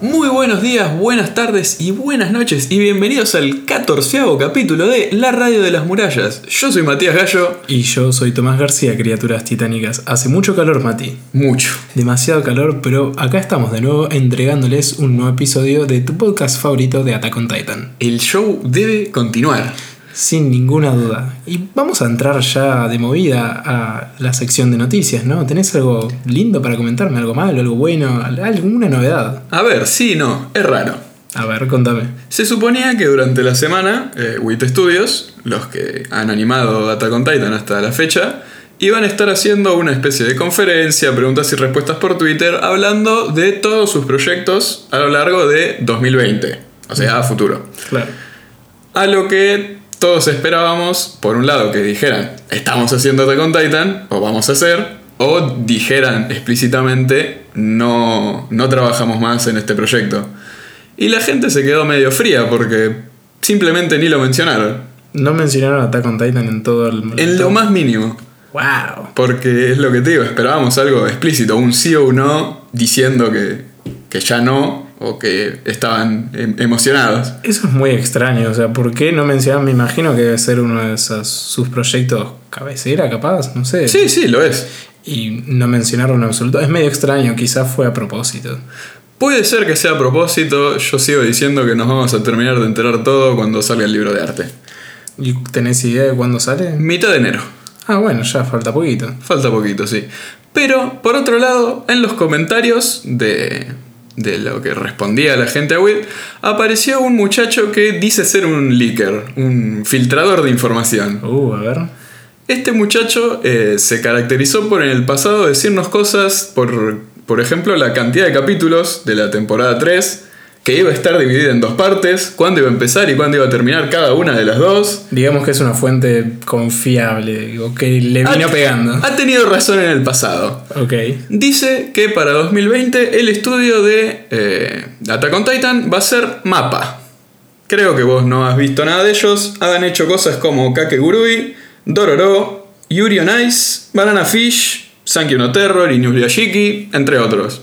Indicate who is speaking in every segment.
Speaker 1: Muy buenos días, buenas tardes y buenas noches y bienvenidos al 14 capítulo de La Radio de las Murallas. Yo soy Matías Gallo.
Speaker 2: Y yo soy Tomás García, criaturas titánicas. Hace mucho calor, Mati.
Speaker 1: Mucho.
Speaker 2: Demasiado calor, pero acá estamos de nuevo entregándoles un nuevo episodio de tu podcast favorito de Attack on Titan.
Speaker 1: El show debe continuar.
Speaker 2: Sin ninguna duda. Y vamos a entrar ya de movida a la sección de noticias, ¿no? ¿Tenés algo lindo para comentarme? ¿Algo malo? ¿Algo bueno? ¿Alguna novedad?
Speaker 1: A ver, sí, no, es raro.
Speaker 2: A ver, contame.
Speaker 1: Se suponía que durante la semana, eh, WIT Studios, los que han animado Attack on Titan hasta la fecha, iban a estar haciendo una especie de conferencia, preguntas y respuestas por Twitter, hablando de todos sus proyectos a lo largo de 2020, o sea, a futuro.
Speaker 2: Claro.
Speaker 1: A lo que todos esperábamos, por un lado, que dijeran, estamos haciendo Attack on Titan, o vamos a hacer, o dijeran explícitamente, no, no trabajamos más en este proyecto. Y la gente se quedó medio fría porque simplemente ni lo mencionaron,
Speaker 2: No mencionaron Attack on Titan en todo el...
Speaker 1: en lo más mínimo.
Speaker 2: ¡Wow!
Speaker 1: Porque es lo que te digo, esperábamos algo explícito, un sí o un no diciendo que, que ya no, o que estaban em- emocionados.
Speaker 2: Eso es muy extraño, o sea, ¿por qué no mencionan? Me imagino que debe ser uno de esos, sus proyectos cabecera, capaz, no sé.
Speaker 1: Sí, sí, lo es.
Speaker 2: Y no mencionaron en absoluto. Es medio extraño, quizás fue a propósito.
Speaker 1: Puede ser que sea a propósito, yo sigo diciendo que nos vamos a terminar de enterar todo cuando salga el libro de arte.
Speaker 2: ¿Y tenés idea de cuándo sale?
Speaker 1: Mitad de enero,
Speaker 2: Ah, bueno, ya falta poquito.
Speaker 1: falta poquito, sí. Pero, por otro lado, en los comentarios de, de lo que respondía la gente a WIT, apareció un muchacho que dice ser un leaker, un filtrador de información.
Speaker 2: Uh, a ver.
Speaker 1: Este muchacho eh, se caracterizó por en el pasado decirnos cosas, por, por ejemplo, la cantidad de capítulos de la temporada 3, que iba a estar dividida en dos partes, cuándo iba a empezar y cuándo iba a terminar cada una de las dos.
Speaker 2: Digamos que es una fuente confiable, digo, que le vino
Speaker 1: Ha-
Speaker 2: pegando.
Speaker 1: Ha tenido razón en el pasado.
Speaker 2: Ok.
Speaker 1: Dice que para 2020 el estudio de eh, Attack on Titan va a ser Mapa. Creo que vos no has visto nada de ellos. Han hecho cosas como Kakegurui, Dororo, Yuri on Ice, Banana Fish, Sankyo no Terror, Inuyashiki, entre otros.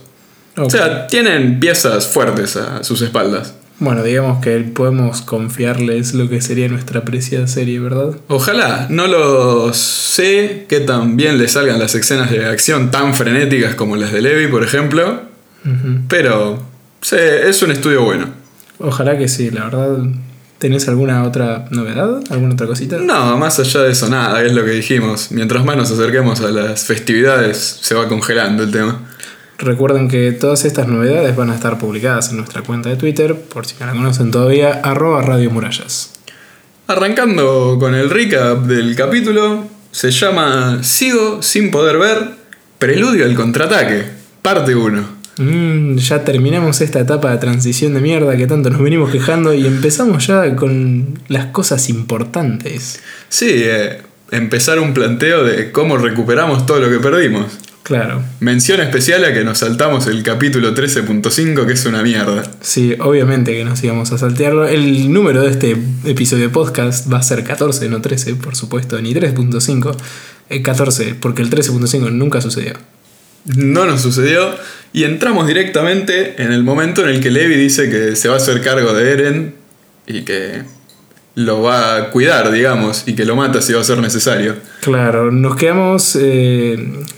Speaker 2: Ok.
Speaker 1: O sea, tienen piezas fuertes a sus espaldas.
Speaker 2: bueno, digamos que podemos confiarles lo que sería nuestra apreciada serie, ¿verdad?
Speaker 1: Ojalá, no lo sé que tan bien le salgan las escenas de acción tan frenéticas como las de Levi, por ejemplo,
Speaker 2: Ujú.
Speaker 1: pero se- es un estudio bueno.
Speaker 2: Ojalá que sí, la verdad. ¿Tenés alguna otra novedad? ¿Alguna otra cosita?
Speaker 1: No, más allá de eso, nada, es lo que dijimos. Mientras más nos acerquemos a las festividades, se va congelando el tema.
Speaker 2: Recuerden que todas estas novedades van a estar publicadas en nuestra cuenta de Twitter, por si no la conocen todavía, arroba Radio Murallas.
Speaker 1: Arrancando con el recap del capítulo, se llama Sigo sin poder ver, Preludio al contraataque, parte 1.
Speaker 2: Mm, ya terminamos esta etapa de transición de mierda que tanto nos venimos quejando y empezamos ya con las cosas importantes.
Speaker 1: Sí, eh, empezar un planteo de cómo recuperamos todo lo que perdimos.
Speaker 2: Claro,
Speaker 1: Mención especial a que nos saltamos el capítulo 13.5, que es una mierda.
Speaker 2: sí, obviamente que nos íbamos a saltearlo. El número de este episodio de podcast va a ser 14, no 13, por supuesto, ni 3.5. eh, 14, porque el 13.5 nunca sucedió.
Speaker 1: No nos sucedió y entramos directamente en el momento en el que Levi dice que se va a hacer cargo de Eren y que lo va a cuidar, digamos, y que lo mata si va a ser necesario.
Speaker 2: Claro, nos quedamos eh,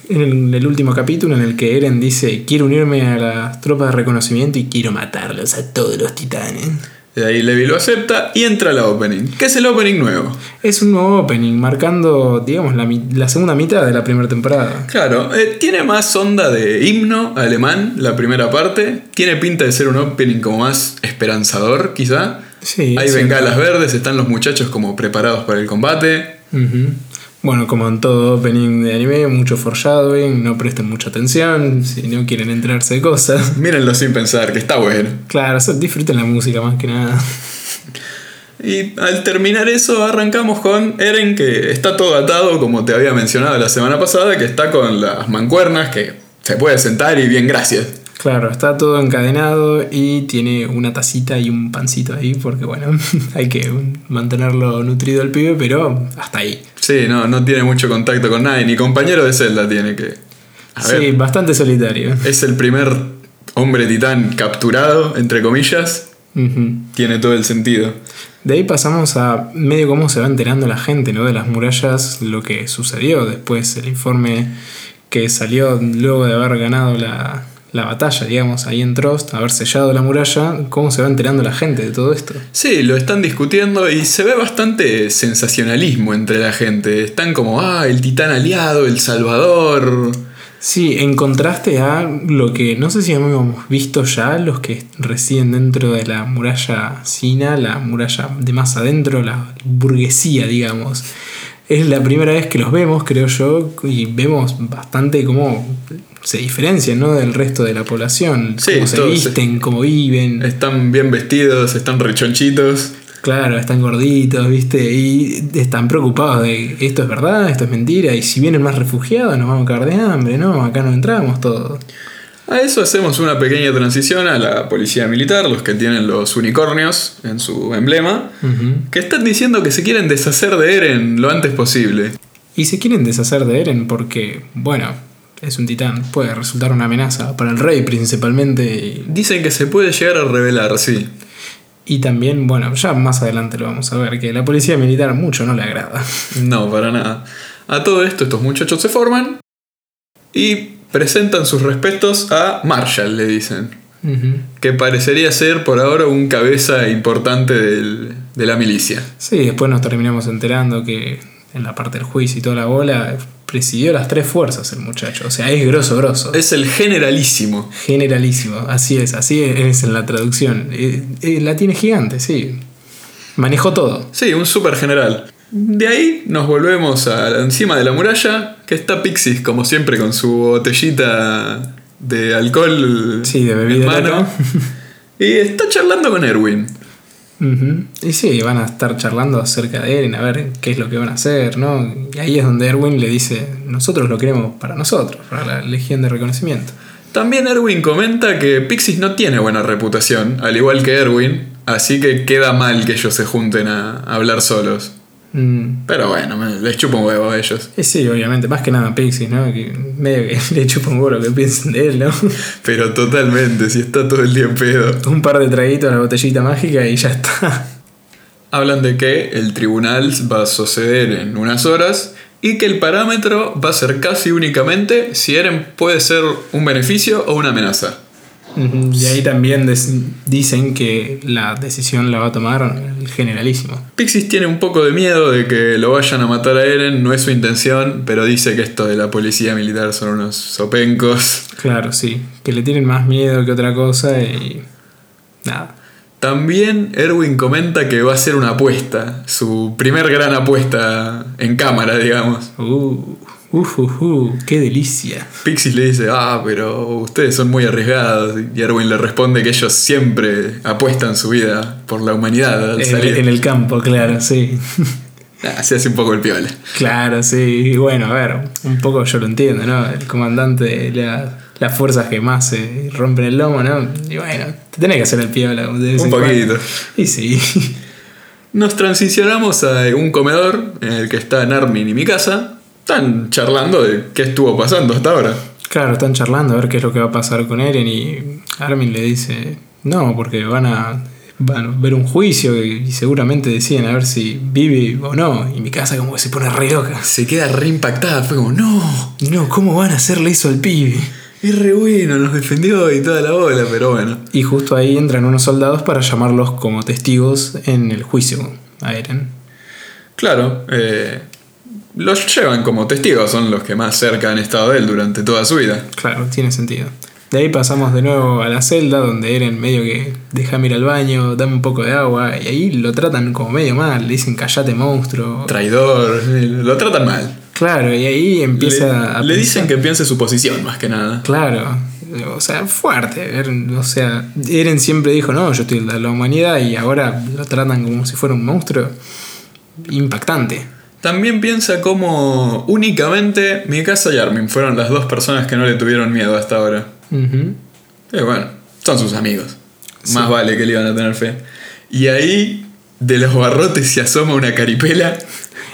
Speaker 2: en el, en el último capítulo en el que Eren dice, quiero unirme a las tropas de reconocimiento y quiero matarlos a todos los titanes.
Speaker 1: De ahí Levi lo acepta y entra la opening, que es el opening nuevo.
Speaker 2: Es un nuevo opening, marcando, digamos, la, mi- la segunda mitad de la primera temporada.
Speaker 1: Claro, eh, tiene más onda de himno alemán la primera parte, tiene pinta de ser un opening como más esperanzador quizá.
Speaker 2: Sí.
Speaker 1: Hay
Speaker 2: sí.
Speaker 1: bengalas verdes, están los muchachos como preparados para el combate,
Speaker 2: Ujú. Bueno, como en todo opening de anime, mucho foreshadowing, no presten mucha atención, si no quieren enterarse de cosas.
Speaker 1: mírenlo sin pensar, que está bueno.
Speaker 2: Claro, so- disfruten la música más que nada.
Speaker 1: Y al terminar eso arrancamos con Eren que está todo atado, como te había mencionado la semana pasada, que está con las mancuernas, que se puede sentar y bien gracias.
Speaker 2: Claro, está todo encadenado y tiene una tacita y un pancito ahí, porque bueno, hay que mantenerlo nutrido al pibe, pero hasta ahí.
Speaker 1: Sí, no, no tiene mucho contacto con nadie, ni compañero de celda tiene que... A
Speaker 2: sí,
Speaker 1: ver,
Speaker 2: bastante solitario.
Speaker 1: es el primer hombre titán capturado, entre comillas,
Speaker 2: Ujú.
Speaker 1: tiene todo el sentido.
Speaker 2: De ahí pasamos a medio cómo se va enterando la gente, ¿no? De las murallas, lo que sucedió después, el informe que salió luego de haber ganado la, la batalla, digamos, ahí en Trost, haber sellado la muralla, cómo se va enterando la gente de todo esto.
Speaker 1: Sí, lo están discutiendo y se ve bastante sensacionalismo entre la gente. Están como, ah, el titán aliado, el salvador.
Speaker 2: Sí, en contraste a lo que no sé si hemos visto ya, los que residen dentro de la muralla sina, la muralla de más adentro, la burguesía, digamos. Es la primera vez que los vemos, creo yo, y vemos bastante cómo se diferencian ¿no? del resto de la población.
Speaker 1: Sí,
Speaker 2: cómo se
Speaker 1: todos,
Speaker 2: visten, cómo viven.
Speaker 1: Están bien vestidos, están rechonchitos.
Speaker 2: Claro, están gorditos, ¿viste? Y están preocupados de esto es verdad, esto es mentira, y si vienen más refugiados nos vamos a caer de hambre, ¿no? Acá no entramos todos.
Speaker 1: A eso hacemos una pequeña transición a la policía militar, los que tienen los unicornios en su emblema,
Speaker 2: Ujú.
Speaker 1: que están diciendo que se quieren deshacer de Eren lo antes posible.
Speaker 2: Y se quieren deshacer de Eren porque, bueno, es un titán, puede resultar una amenaza para el rey principalmente. Y,
Speaker 1: Dicen que se puede llegar a revelar, sí.
Speaker 2: y también, bueno, ya más adelante lo vamos a ver, que la policía militar mucho no le agrada.
Speaker 1: No, para nada. A todo esto, estos muchachos se forman y presentan sus respetos a Marshall, le dicen.
Speaker 2: Ujú.
Speaker 1: Que parecería ser por ahora un cabeza importante del- de la milicia.
Speaker 2: Sí, después nos terminamos enterando que en la parte del juicio y toda la bola presidió las tres fuerzas el muchacho. O sea, es grosso, grosso.
Speaker 1: Es el generalísimo.
Speaker 2: Generalísimo, así es, así es en la traducción. Eh, eh, la tiene gigante, sí. Manejó todo.
Speaker 1: Sí, un super general. De ahí nos volvemos a la- encima de la muralla, que está Pixis, como siempre, con su botellita de alcohol
Speaker 2: Sí, de bebida
Speaker 1: en mano.
Speaker 2: loca.
Speaker 1: Y está charlando con Erwin.
Speaker 2: Ujú. Y sí, van a estar charlando acerca de Eren, a ver qué es lo que van a hacer, ¿no? Y ahí es donde Erwin le dice, nosotros lo queremos para nosotros, para la Legión de Reconocimiento.
Speaker 1: También Erwin comenta que Pixis no tiene buena reputación, al igual que Erwin, así que queda mal que ellos se junten a a hablar solos.
Speaker 2: Mm.
Speaker 1: Pero bueno, me- les chupa un huevo a ellos.
Speaker 2: Y sí, obviamente, más que nada Pixis, ¿no? Que medio que le chupa un huevo lo que piensen de él, ¿no?
Speaker 1: Pero totalmente, si está todo el día en pedo.
Speaker 2: un par de traguitos a la botellita mágica y ya está.
Speaker 1: Hablan de que el tribunal va a suceder en unas horas y que el parámetro va a ser casi únicamente si Eren puede ser un beneficio o una amenaza.
Speaker 2: Ujú. Y ahí también des- dicen que la decisión la va a tomar el generalísimo.
Speaker 1: Pixis tiene un poco de miedo de que lo vayan a matar a Eren, no es su intención, pero dice que esto de la policía militar son unos sopencos.
Speaker 2: Claro, sí. Que le tienen más miedo que otra cosa y... Nada.
Speaker 1: También Erwin comenta que va a ser una apuesta, su primer gran apuesta en cámara, digamos.
Speaker 2: Uh, uf, uf, uf, qué delicia.
Speaker 1: Pixis le dice, ah, pero ustedes son muy arriesgados. Y Erwin le responde que ellos siempre apuestan su vida por la humanidad al
Speaker 2: En,
Speaker 1: salir.
Speaker 2: Eh, en el campo, claro, sí.
Speaker 1: Ah, se hace un poco el piola.
Speaker 2: claro, sí. Y Bueno, a ver, un poco yo lo entiendo, ¿no? El comandante de la- las fuerzas que más se rompen el lomo, ¿no? Y bueno, te tenés que hacer el piola. de vez
Speaker 1: Un
Speaker 2: en cuando.
Speaker 1: poquito.
Speaker 2: Y sí.
Speaker 1: Nos transicionamos a un comedor en el que están Armin y mi casa. Están charlando de qué estuvo pasando hasta ahora.
Speaker 2: Claro, están charlando a ver qué es lo que va a pasar con Eren y Armin le dice, no, porque van a, van a ver un juicio y seguramente deciden a ver si vive o no. Y mi casa como que se pone re loca.
Speaker 1: Se queda re impactada, fue como, no,
Speaker 2: No, ¿cómo van a hacerle eso al pibe?
Speaker 1: es re bueno, nos defendió y toda la bola, pero bueno.
Speaker 2: Y justo ahí entran unos soldados para llamarlos como testigos en el juicio a Eren.
Speaker 1: Claro, eh, los llevan como testigos, son los que más cerca han estado de él durante toda su vida.
Speaker 2: Claro, tiene sentido. De ahí pasamos de nuevo a la celda donde Eren medio que deja ir al baño, dame un poco de agua y ahí lo tratan como medio mal, le dicen callate monstruo.
Speaker 1: traidor, eh, lo tratan mal.
Speaker 2: claro, y ahí empieza a...
Speaker 1: le, le
Speaker 2: pensar-
Speaker 1: dicen que piense su posición más que nada.
Speaker 2: Claro, o sea, fuerte. Eren, o sea, Eren siempre dijo, no, yo estoy de la humanidad y ahora lo tratan como si fuera un monstruo. Impactante.
Speaker 1: También piensa como únicamente Mikasa y Armin fueron las dos personas que no le tuvieron miedo hasta ahora.
Speaker 2: Ujú.
Speaker 1: Y bueno, son sus amigos.
Speaker 2: Sí.
Speaker 1: Más vale que le iban a tener fe. Y ahí, de los barrotes se asoma una caripela.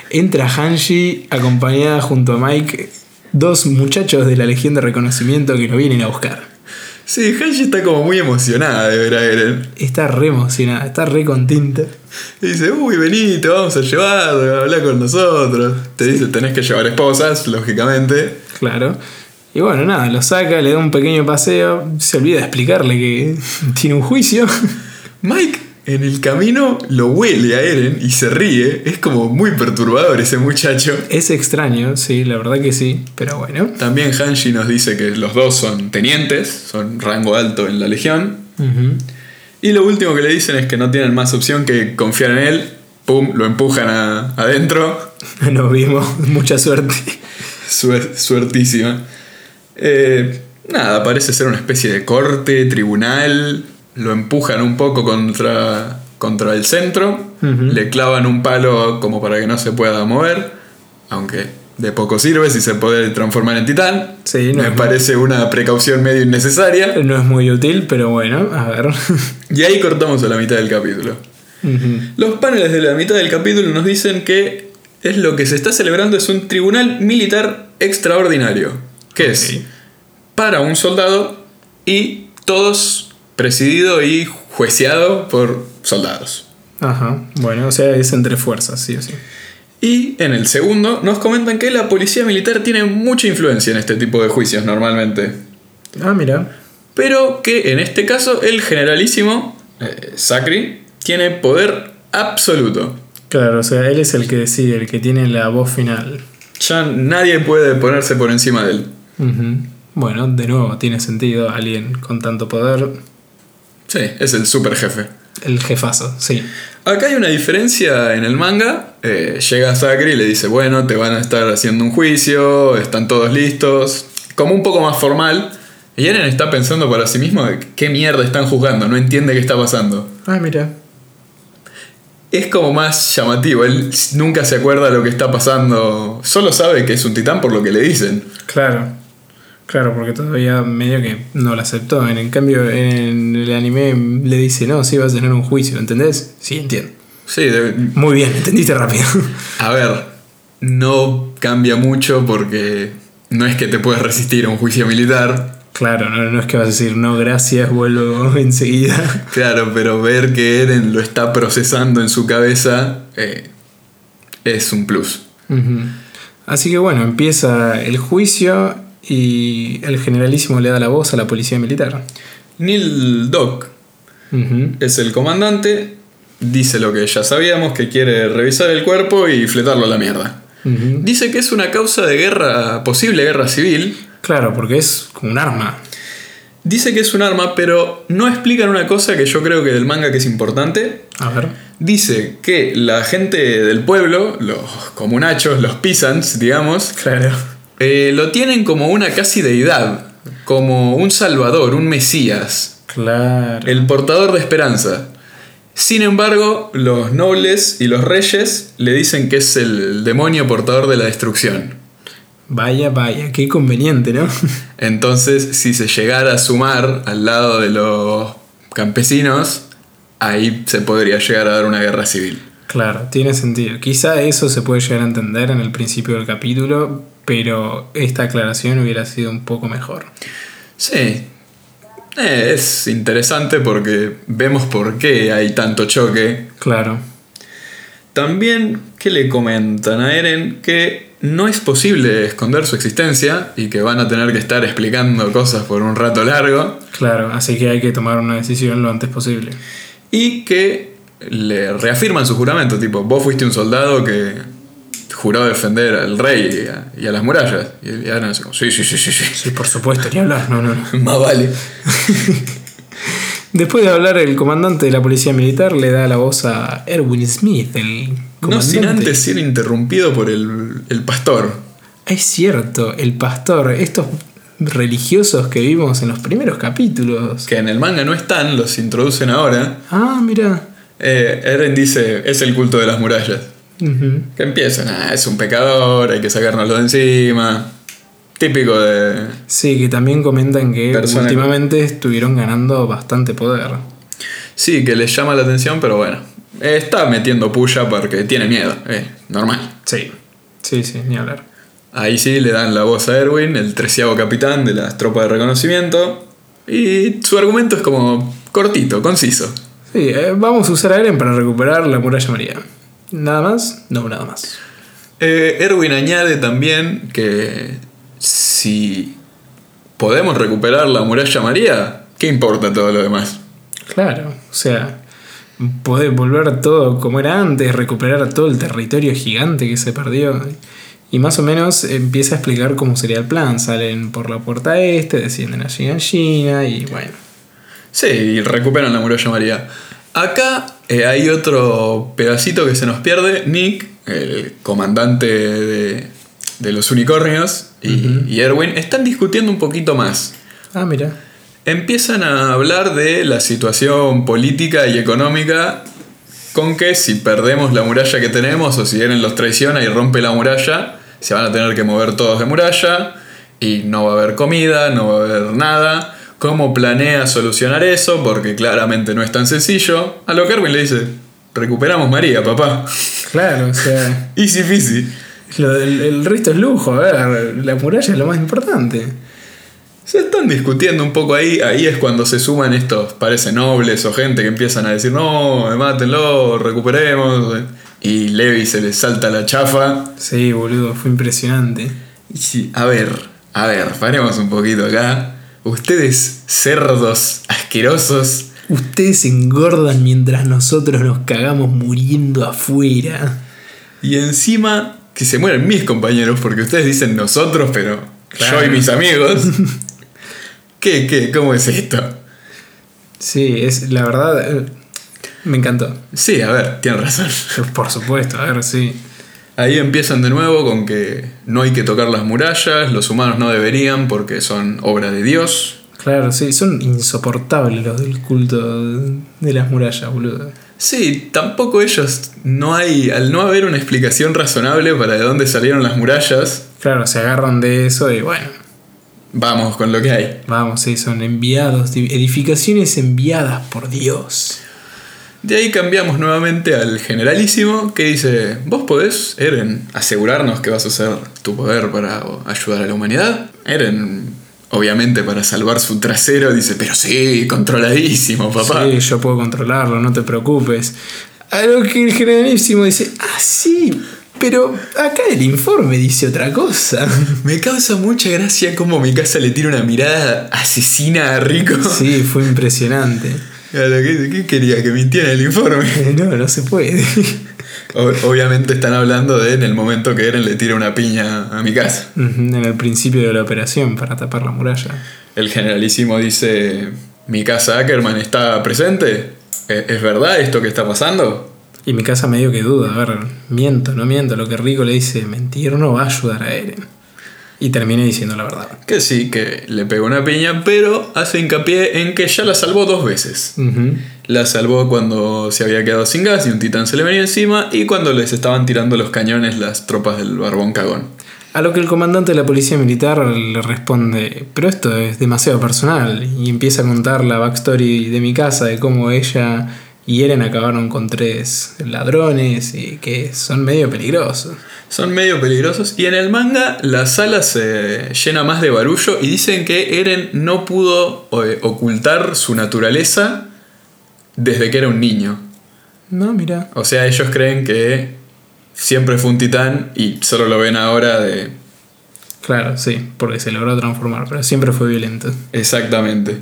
Speaker 2: Entra Hanji acompañada junto a Mike, dos muchachos de la Legión de Reconocimiento que lo vienen a buscar.
Speaker 1: Sí, Hanji está como muy emocionada de ver a Eren.
Speaker 2: Está re emocionada, está re contenta.
Speaker 1: Y dice, uy, vení, te vamos a llevar, habla con nosotros. Te dice, tenés que llevar esposas, lógicamente.
Speaker 2: Claro. Y bueno, nada, lo saca, le da un pequeño paseo, se olvida de explicarle que tiene un juicio.
Speaker 1: Mike en el camino lo huele a Eren y se ríe. Es como muy perturbador ese muchacho.
Speaker 2: Es extraño, sí, la verdad que sí, pero bueno.
Speaker 1: También Hanji nos dice que los dos son tenientes, son rango alto en la legión.
Speaker 2: Ujú.
Speaker 1: Y lo último que le dicen es que no tienen más opción que confiar en él. Pum, lo empujan a- adentro.
Speaker 2: Nos vimos, mucha suerte.
Speaker 1: Suer- suertísima. Eh, nada, parece ser una especie de corte, tribunal. Lo empujan un poco contra, contra el centro.
Speaker 2: Ujú.
Speaker 1: Le clavan un palo como para que no se pueda mover. Aunque de poco sirve si se puede transformar en titán.
Speaker 2: Sí, no
Speaker 1: Me
Speaker 2: es-
Speaker 1: parece una precaución medio innecesaria.
Speaker 2: No es muy útil, pero bueno, a ver.
Speaker 1: Y ahí cortamos a la mitad del capítulo.
Speaker 2: Ujú.
Speaker 1: Los paneles de la mitad del capítulo nos dicen que es lo que se está celebrando es un tribunal militar extraordinario, que es
Speaker 2: Ok.
Speaker 1: para un soldado y todos presidido y jueceado por soldados.
Speaker 2: Ajá. Bueno, o sea, es entre fuerzas, sí o sí.
Speaker 1: Y en el segundo nos comentan que la policía militar tiene mucha influencia en este tipo de juicios normalmente,
Speaker 2: Ah, mira.
Speaker 1: pero que en este caso el generalísimo eh, Sacri tiene poder absoluto.
Speaker 2: Claro, o sea, él es el que decide, el que tiene la voz final.
Speaker 1: Ya nadie puede ponerse por encima de él.
Speaker 2: Ujú. Bueno, de nuevo, tiene sentido alguien con tanto poder.
Speaker 1: Sí, es el super jefe.
Speaker 2: El jefazo, sí.
Speaker 1: Acá hay una diferencia en el manga. Eh, llega Sakri y le dice, bueno, te van a estar haciendo un juicio, están todos listos. Como un poco más formal. Y Eren está pensando para sí mismo de qué mierda están juzgando, no entiende qué está pasando.
Speaker 2: Ah, mira.
Speaker 1: Es como más llamativo, él nunca se acuerda lo que está pasando, solo sabe que es un titán por lo que le dicen.
Speaker 2: Claro. Claro, porque todavía medio que no lo aceptó. En en cambio, en el anime le dice, no, sí, vas a tener un juicio, ¿entendés? Sí, entiendo.
Speaker 1: Sí, de-
Speaker 2: Muy bien, entendiste rápido.
Speaker 1: a ver, no cambia mucho porque no es que te puedes resistir a un juicio militar,
Speaker 2: claro, no, no es que vas a decir, no, gracias, vuelvo enseguida.
Speaker 1: Claro, pero ver que Eren lo está procesando en su cabeza eh, es un plus.
Speaker 2: Ujú. Así que bueno, empieza el juicio y el generalísimo le da la voz a la policía militar.
Speaker 1: Neil Doc
Speaker 2: Ujú.
Speaker 1: es el comandante, dice lo que ya sabíamos, que quiere revisar el cuerpo y fletarlo a la mierda.
Speaker 2: Ujú.
Speaker 1: Dice que es una causa de guerra, posible guerra civil.
Speaker 2: Claro, porque es como un arma.
Speaker 1: Dice que es un arma, pero no explican una cosa que yo creo que del manga que es importante.
Speaker 2: A ver.
Speaker 1: Dice que la gente del pueblo, los comunachos, los peasants, digamos,
Speaker 2: Claro.
Speaker 1: Eh, lo tienen como una casi deidad, como un salvador, un mesías,
Speaker 2: Claro.
Speaker 1: el portador de esperanza. Sin embargo, los nobles y los reyes le dicen que es el demonio portador de la destrucción.
Speaker 2: Vaya, vaya, qué conveniente, ¿no?
Speaker 1: Entonces, si se llegara a sumar al lado de los campesinos, ahí se podría llegar a dar una guerra civil.
Speaker 2: Claro, tiene sentido. Quizá eso se puede llegar a entender en el principio del capítulo, pero esta aclaración hubiera sido un poco mejor.
Speaker 1: Sí. Eh, es interesante porque vemos por qué hay tanto choque
Speaker 2: Claro.
Speaker 1: También que le comentan a Eren que no es posible esconder su existencia y que van a tener que estar explicando cosas por un rato largo
Speaker 2: Claro, así que hay que tomar una decisión lo antes posible.
Speaker 1: y que le reafirman su juramento, tipo, vos fuiste un soldado que juró defender al rey y a, y a las murallas. Y Eren así como, sí, sí, sí, sí, sí.
Speaker 2: Sí, por supuesto, ni hablar, no, no, no.
Speaker 1: Más vale.
Speaker 2: Después de hablar, el comandante de la policía militar le da la voz a Erwin Smith, el
Speaker 1: No sin
Speaker 2: comandante.
Speaker 1: antes ser interrumpido por el, el pastor.
Speaker 2: Es cierto, el pastor, estos religiosos que vimos en los primeros capítulos.
Speaker 1: Que en el manga no están, los introducen ahora.
Speaker 2: Ah, mira.
Speaker 1: Eh, Eren dice, es el culto de las murallas.
Speaker 2: Ujú.
Speaker 1: Que empiezan, ah, es un pecador, hay que sacárnoslo de encima. Típico de.
Speaker 2: Sí, que también comentan que
Speaker 1: Persona-
Speaker 2: últimamente estuvieron ganando bastante poder.
Speaker 1: Sí, que les llama la atención, pero bueno. Eh, Está metiendo puya porque tiene miedo, eh, normal.
Speaker 2: Sí. Sí, sí, ni hablar.
Speaker 1: Ahí sí le dan la voz a Erwin, el treceavo capitán de las tropas de reconocimiento. Y su argumento es como cortito, conciso.
Speaker 2: Sí, eh, vamos a usar a Eren para recuperar la muralla María. ¿Nada más? No, nada más.
Speaker 1: Eh, Erwin añade también que si podemos recuperar la muralla María, ¿qué importa todo lo demás?
Speaker 2: Claro, o sea, podés volver todo como era antes, recuperar todo el territorio gigante que se perdió. Y más o menos empieza a explicar cómo sería el plan. Salen por la puerta este, descienden a China y bueno.
Speaker 1: Sí, y recuperan la muralla María. Acá eh, hay otro pedacito que se nos pierde, Nick, el comandante de, de los unicornios, y, y Erwin, están discutiendo un poquito más.
Speaker 2: Ah, mira.
Speaker 1: Empiezan a hablar de la situación política y económica con que si perdemos la muralla que tenemos o si Eren los traiciona y rompe la muralla, se van a tener que mover todos de muralla y no va a haber comida, no va a haber nada. ¿Cómo planea solucionar eso? Porque claramente no es tan sencillo. A lo que Erwin le dice, recuperamos María, papá.
Speaker 2: Claro, o sea,
Speaker 1: Easy peasy.
Speaker 2: lo del- el resto es lujo. A ver, la muralla es lo más importante.
Speaker 1: Se están discutiendo un poco ahí, ahí es cuando se suman estos, parece nobles o gente que empiezan a decir, no, mátenlo, recuperemos. Y Levi se le salta la chafa.
Speaker 2: Sí, boludo, fue impresionante.
Speaker 1: Y sí, a ver, a ver, paremos un poquito acá. Ustedes, cerdos asquerosos,
Speaker 2: Ustedes engordan mientras nosotros nos cagamos muriendo afuera.
Speaker 1: y encima que se mueren mis compañeros, porque ustedes dicen nosotros, pero yo
Speaker 2: Claro.
Speaker 1: y mis amigos. ¿Qué, qué? ¿Cómo es esto?
Speaker 2: Sí, es la verdad. eh, Me encantó.
Speaker 1: Sí, a ver, tienen razón.
Speaker 2: Por supuesto, a ver, sí.
Speaker 1: Ahí empiezan de nuevo con que no hay que tocar las murallas, los humanos no deberían porque son obra de Dios.
Speaker 2: Claro, sí, son insoportables los del culto de las murallas, boludo.
Speaker 1: Sí, tampoco ellos, no hay, al no haber una explicación razonable para de dónde salieron las murallas,
Speaker 2: Claro, se agarran de eso y bueno,
Speaker 1: vamos con lo que hay.
Speaker 2: vamos, sí, son enviados, di- edificaciones enviadas por Dios.
Speaker 1: De ahí cambiamos nuevamente al generalísimo que dice, ¿vos podés, Eren, asegurarnos que vas a usar tu poder para o, ayudar a la humanidad? Eren, obviamente para salvar su trasero, dice, pero sí, controladísimo, papá.
Speaker 2: Sí, yo puedo controlarlo, no te preocupes. A lo que el generalísimo dice, ah, sí, pero acá el informe dice otra cosa.
Speaker 1: Me causa mucha gracia cómo mi casa le tira una mirada asesina a Rico.
Speaker 2: Sí, fue impresionante.
Speaker 1: A lo que, ¿qué quería? Que mintiera el informe.
Speaker 2: Eh, No, no se puede.
Speaker 1: O- obviamente están hablando de en el momento que Eren le tira una piña a mi casa.
Speaker 2: Ujú, En el principio de la operación para tapar la muralla.
Speaker 1: El generalísimo dice, ¿mi casa Ackerman está presente? ¿E- ¿Es verdad esto que está pasando?
Speaker 2: Y mi casa medio que duda, a ver, miento, no miento, lo que Rico le dice, mentir no va a ayudar a Eren. Y terminé diciendo la verdad.
Speaker 1: Que sí, que le pegó una piña, pero hace hincapié en que ya la salvó dos veces.
Speaker 2: Ujú.
Speaker 1: La salvó cuando se había quedado sin gas y un titán se le venía encima y cuando les estaban tirando los cañones las tropas del barbón cagón.
Speaker 2: A lo que el comandante de la policía militar le responde, pero esto es demasiado personal. Y empieza a contar la backstory de mi casa, de cómo ella y Eren acabaron con tres ladrones y que son medio peligrosos.
Speaker 1: Son medio peligrosos. Y en el manga la sala se llena más de barullo y dicen que Eren no pudo eh, ocultar su naturaleza desde que era un niño.
Speaker 2: No, mira.
Speaker 1: O sea, ellos creen que siempre fue un titán y solo lo ven ahora de...
Speaker 2: Claro, sí, porque se logró transformar, pero siempre fue violento.
Speaker 1: Exactamente.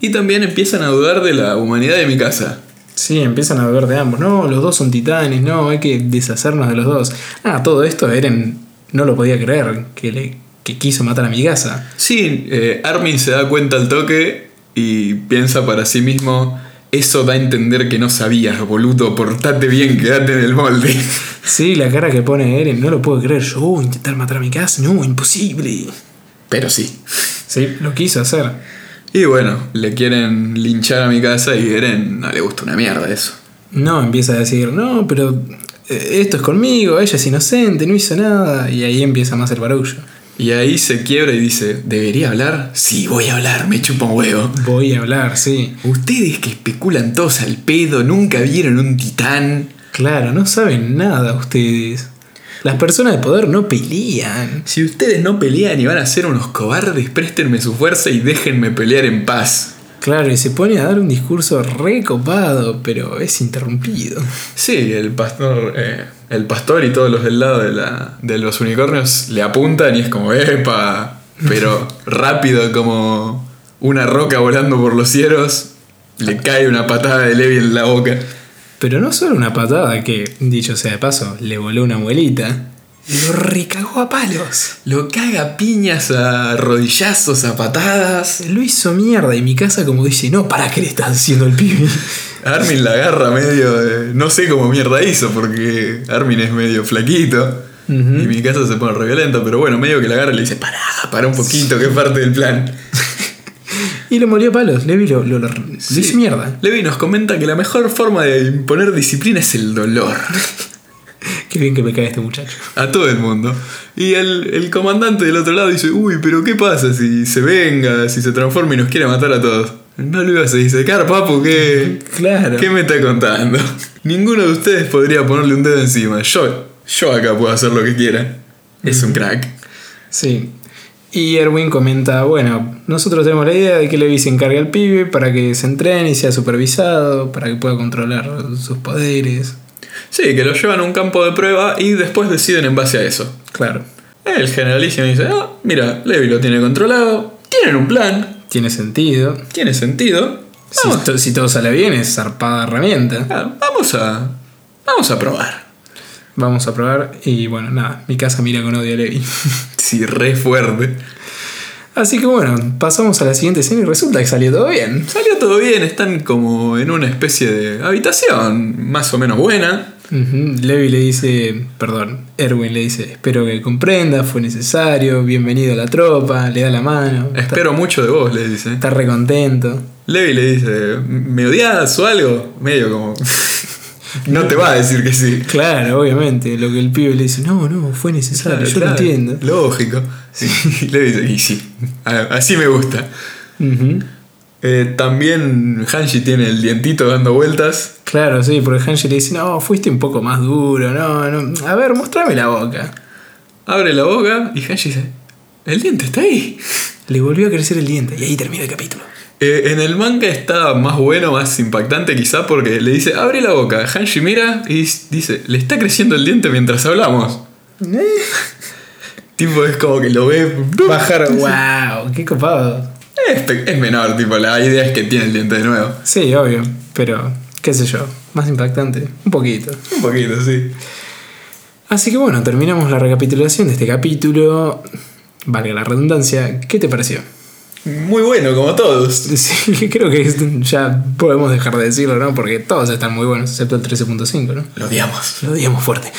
Speaker 1: Y también empiezan a dudar de la humanidad de mi casa.
Speaker 2: Sí, empiezan a beber de ambos. No, los dos son titanes, no, hay que deshacernos de los dos. Ah, todo esto Eren no lo podía creer, que, le, que quiso matar a mi casa.
Speaker 1: Sí, eh, Armin se da cuenta al toque y piensa para sí mismo, eso da a entender que no sabías, boludo, portate bien, quédate en el molde.
Speaker 2: Sí, la cara que pone Eren, no lo puedo creer. Yo "Oh, intentar matar a mi casa, no, imposible.
Speaker 1: Pero sí.
Speaker 2: Sí, lo quiso hacer.
Speaker 1: Y bueno, le quieren linchar a mi casa y Eren no le gusta una mierda eso.
Speaker 2: No, empieza a decir, no, pero eh, esto es conmigo, ella es inocente, no hizo nada. Y ahí empieza más el barullo.
Speaker 1: Y ahí se quiebra y dice, ¿debería hablar? Sí, voy a hablar, me chupa un huevo.
Speaker 2: Voy a hablar, sí.
Speaker 1: Ustedes que especulan todos al pedo, nunca vieron un titán.
Speaker 2: Claro, no saben nada ustedes. Las personas de poder no pelean.
Speaker 1: Si ustedes no pelean y van a ser unos cobardes, préstenme su fuerza y déjenme pelear en paz.
Speaker 2: Claro, y se pone a dar un discurso recopado, pero es interrumpido.
Speaker 1: Sí, el pastor, eh, el pastor y todos los del lado de, la, de los unicornios le apuntan y es como, ¡epa! Pero rápido, como una roca volando por los cielos, le cae una patada de Levi en la boca.
Speaker 2: Pero no solo una patada, que, dicho sea de paso, le voló una abuelita. Lo recagó a palos.
Speaker 1: Lo caga a piñas, a rodillazos, a patadas.
Speaker 2: Lo hizo mierda y mi casa como dice, no, para qué le estás haciendo el pibe.
Speaker 1: Armin la agarra medio de- No sé cómo mierda hizo, porque Armin es medio flaquito.
Speaker 2: Ujú.
Speaker 1: Y mi casa se pone re violento, pero bueno, medio que la agarra y le dice, pará, pará un poquito, que es parte del plan.
Speaker 2: Y lo molió a palos. Levi lo, lo- lo- lo
Speaker 1: Sí.
Speaker 2: hizo mierda.
Speaker 1: Levi nos comenta que la mejor forma de imponer disciplina es el dolor.
Speaker 2: Qué bien que me cae este muchacho.
Speaker 1: A todo el mundo. Y el, el comandante del otro lado dice, uy, pero ¿qué pasa si se venga, si se transforma y nos quiere matar a todos? No lo ibas a disecar, papu, que...
Speaker 2: Claro.
Speaker 1: ¿Qué me está contando? Ninguno de ustedes podría ponerle un dedo encima. Yo, yo acá puedo hacer lo que quiera. Es un crack.
Speaker 2: Sí. Y Erwin comenta, bueno, nosotros tenemos la idea de que Levi se encargue al pibe para que se entrene y sea supervisado, para que pueda controlar sus poderes.
Speaker 1: Sí, que lo llevan a un campo de prueba y después deciden en base a eso.
Speaker 2: Claro,
Speaker 1: El generalísimo dice, ah, mira, Levi lo tiene controlado, tienen un plan,
Speaker 2: tiene sentido.
Speaker 1: tiene sentido.
Speaker 2: Si,
Speaker 1: Vamos,
Speaker 2: to- si todo sale bien, es zarpada herramienta.
Speaker 1: claro, vamos a... Vamos a probar.
Speaker 2: Vamos a probar y bueno, nada, mi casa mira con odio a Levi.
Speaker 1: Sí, re fuerte.
Speaker 2: Así que bueno, pasamos a la siguiente escena y resulta que salió todo bien.
Speaker 1: Salió todo bien, están como en una especie de habitación más o menos buena.
Speaker 2: Ujú, Levi le dice, perdón, Erwin le dice, espero que comprenda, fue necesario, bienvenido a la tropa, le da la mano, está,
Speaker 1: Espero mucho de vos, le dice.
Speaker 2: está re contento.
Speaker 1: Levi le dice, ¿me odias o algo? Medio como... no te va a decir que sí.
Speaker 2: Claro, obviamente, lo que el pibe le dice, no, no, fue necesario, yo
Speaker 1: Claro,
Speaker 2: lo entiendo.
Speaker 1: Lógico. Y Levi dice, y sí, a- así me gusta.
Speaker 2: Ujú.
Speaker 1: Eh, también Hanshi tiene el dientito dando vueltas.
Speaker 2: Claro, sí, porque Hanji le dice, no, fuiste un poco más duro, no, no, a ver, mostrame la boca.
Speaker 1: Abre la boca y Hanshi dice, el diente está ahí.
Speaker 2: Le volvió a crecer el diente y ahí termina el capítulo.
Speaker 1: Eh, en el manga está más bueno, más impactante quizá porque le dice, abre la boca. Hanshi mira y dice, le está creciendo el diente mientras hablamos. Tipo, es como que lo ve bajar.
Speaker 2: wow, qué copado.
Speaker 1: Es, pe- es menor, tipo, la idea es que tiene el diente de nuevo.
Speaker 2: Sí, obvio, pero qué sé yo, más impactante, un poquito.
Speaker 1: Un poquito, sí.
Speaker 2: Así que bueno, terminamos la recapitulación de este capítulo. Valga la redundancia, ¿qué te pareció?
Speaker 1: Muy bueno, como todos.
Speaker 2: Sí, creo que es- ya podemos dejar de decirlo, ¿no? Porque todos están muy buenos, excepto el 13.5, ¿no?
Speaker 1: Lo odiamos.
Speaker 2: Lo digamos fuerte.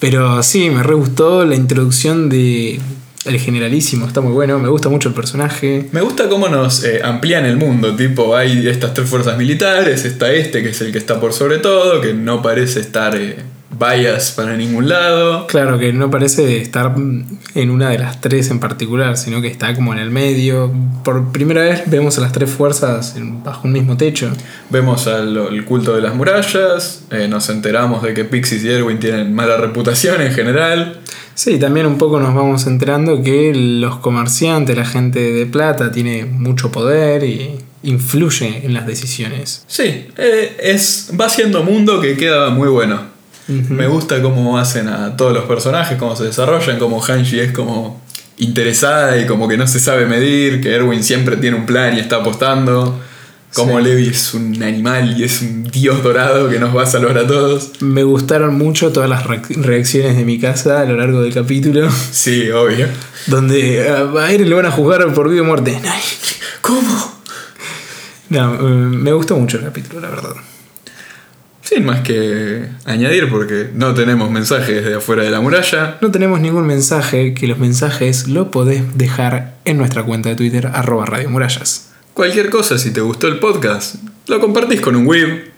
Speaker 2: Pero sí, me re gustó la introducción de El Generalísimo, está muy bueno, me gusta mucho el personaje.
Speaker 1: Me gusta cómo nos eh, amplían el mundo, tipo, hay estas tres fuerzas militares, está este que es el que está por sobre todo, que no parece estar eh, bias para ningún lado.
Speaker 2: Claro que no parece estar en una de las tres en particular, sino que está como en el medio. Por primera vez vemos a las tres fuerzas en- bajo un mismo techo.
Speaker 1: Vemos al el culto de las murallas, eh, nos enteramos de que Pixies y Erwin tienen mala reputación en general.
Speaker 2: Sí, también un poco nos vamos enterando que los comerciantes, la gente de plata, tiene mucho poder y influye en las decisiones.
Speaker 1: Sí, eh, es, va siendo mundo que queda muy bueno. Me gusta cómo hacen a todos los personajes, cómo se desarrollan, cómo Hanji es como interesada y como que no se sabe medir, que Erwin siempre tiene un plan y está apostando, como
Speaker 2: Sí.
Speaker 1: Levi es un animal y es un dios dorado que nos va a salvar a todos.
Speaker 2: Me gustaron mucho todas las reac- reacciones de mi casa a lo largo del capítulo,
Speaker 1: Sí, obvio.
Speaker 2: donde a a Eren lo van a juzgar por vida o muerte. Ay,
Speaker 1: ¿Cómo?
Speaker 2: No, eh, me gustó mucho el capítulo, la verdad.
Speaker 1: Sin más que añadir, porque no tenemos mensajes de afuera de la muralla.
Speaker 2: No tenemos ningún mensaje, que los mensajes lo podés dejar en nuestra cuenta de Twitter, arroba Radio Murallas.
Speaker 1: Cualquier cosa, si te gustó el podcast, lo compartís con un web,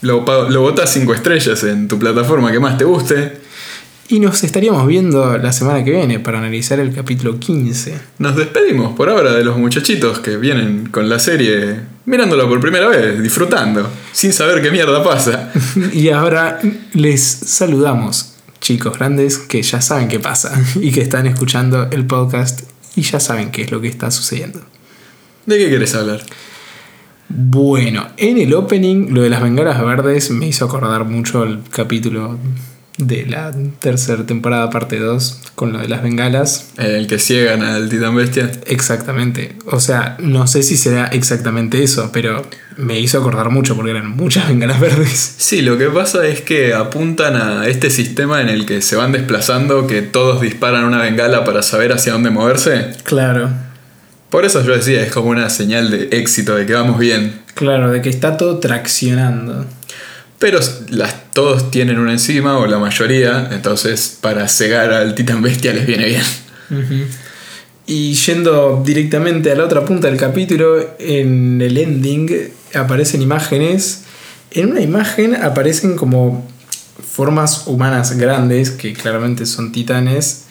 Speaker 1: lo, pa- lo botás 5 estrellas en tu plataforma que más te guste.
Speaker 2: Y nos estaríamos viendo la semana que viene para analizar el capítulo 15.
Speaker 1: Nos despedimos por ahora de los muchachitos que vienen con la serie mirándola por primera vez, disfrutando, sin saber qué mierda pasa.
Speaker 2: Y ahora les saludamos chicos grandes que ya saben qué pasa y que están escuchando el podcast y ya saben qué es lo que está sucediendo.
Speaker 1: ¿De qué quieres hablar?
Speaker 2: Bueno, en el opening lo de las bengalas verdes me hizo acordar mucho el capítulo de la tercera temporada parte 2 con lo de las bengalas.
Speaker 1: El que ciegan al titán bestia.
Speaker 2: Exactamente. O sea, no sé si será exactamente eso, pero me hizo acordar mucho porque eran muchas bengalas verdes.
Speaker 1: Sí, lo que pasa es que apuntan a este sistema en el que se van desplazando, que todos disparan una bengala para saber hacia dónde moverse.
Speaker 2: Claro.
Speaker 1: Por eso yo decía, es como una señal de éxito, de que vamos bien.
Speaker 2: Claro, de que está todo traccionando.
Speaker 1: Pero las, todos tienen una encima, o la mayoría, entonces para cegar al titán bestia les viene bien.
Speaker 2: Y yendo directamente a la otra punta del capítulo, en el ending aparecen imágenes. En una imagen aparecen como formas humanas grandes, que claramente son titanes,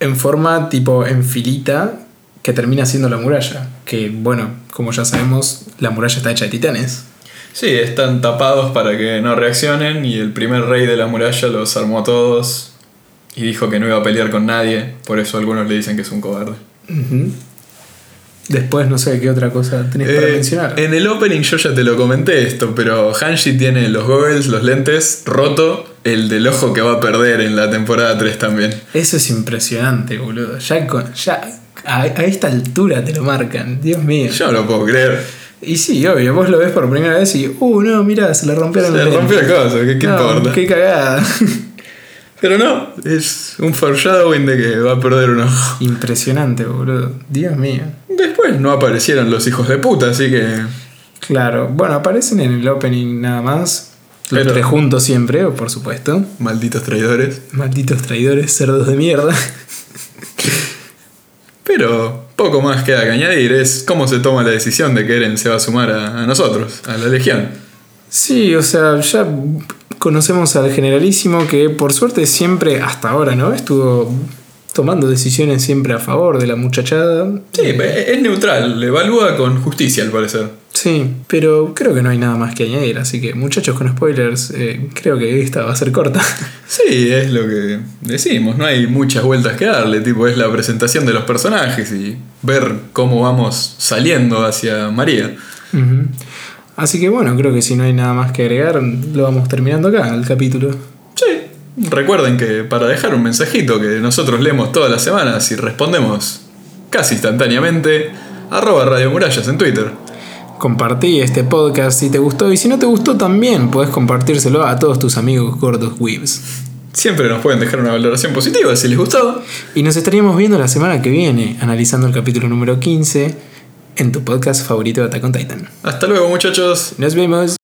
Speaker 2: en forma tipo en filita, que termina siendo la muralla. Que bueno, como ya sabemos, la muralla está hecha de titanes.
Speaker 1: Sí, están tapados para que no reaccionen y el primer rey de la muralla los armó a todos y dijo que no iba a pelear con nadie, por eso algunos le dicen que es un cobarde.
Speaker 2: Ujú. Después no sé qué otra cosa tenés para
Speaker 1: Eh,
Speaker 2: mencionar.
Speaker 1: En el opening yo ya te lo comenté esto, pero Hanshi tiene los goggles, los lentes, roto, el del ojo que va a perder en la temporada 3 también.
Speaker 2: Eso es impresionante, boludo. Ya, con, ya a, a esta altura te lo marcan, Dios mío.
Speaker 1: Yo no lo puedo creer.
Speaker 2: Y sí, obvio, vos lo ves por primera vez y, uh, no, mira, se le rompieron
Speaker 1: Se
Speaker 2: los
Speaker 1: le rompió el
Speaker 2: lentes".
Speaker 1: coso, ¿qué- qué
Speaker 2: No,
Speaker 1: importa?
Speaker 2: Qué cagada.
Speaker 1: Pero no, es un foreshadowing de que va a perder un ojo.
Speaker 2: Impresionante, boludo. Dios mío.
Speaker 1: Después no aparecieron los hijos de puta, así que...
Speaker 2: Claro, bueno, aparecen en el opening nada más. Los
Speaker 1: Pero-
Speaker 2: tres juntos siempre, por supuesto.
Speaker 1: Malditos traidores.
Speaker 2: Malditos traidores, cerdos de mierda.
Speaker 1: Pero poco más queda que añadir, es cómo se toma la decisión de que Eren se va a sumar a, a nosotros, a la Legión.
Speaker 2: Sí, o sea, ya conocemos al generalísimo que por suerte siempre, hasta ahora, ¿no? Estuvo tomando decisiones siempre a favor de la muchachada. Eh,
Speaker 1: Sí, e- es neutral, le evalúa con justicia al parecer.
Speaker 2: Sí, pero creo que no hay nada más que añadir, así que muchachos con spoilers, eh, creo que esta va a ser corta.
Speaker 1: Sí, es lo que decimos, no hay muchas vueltas que darle, tipo es la presentación de los personajes y ver cómo vamos saliendo hacia María.
Speaker 2: Ujú. Así que bueno, creo que si no hay nada más que agregar, lo vamos terminando acá, el capítulo.
Speaker 1: Sí, recuerden que para dejar un mensajito que nosotros leemos todas las semanas y respondemos casi instantáneamente, arroba Radio Murallas en Twitter.
Speaker 2: Compartí este podcast si te gustó y si no te gustó también puedes compartírselo a todos tus amigos gordos weebs.
Speaker 1: Siempre nos pueden dejar una valoración positiva si les gustó.
Speaker 2: Y nos estaríamos viendo la semana que viene, analizando el capítulo número 15 en tu podcast favorito de Attack on Titan.
Speaker 1: Hasta luego muchachos.
Speaker 2: Nos vemos.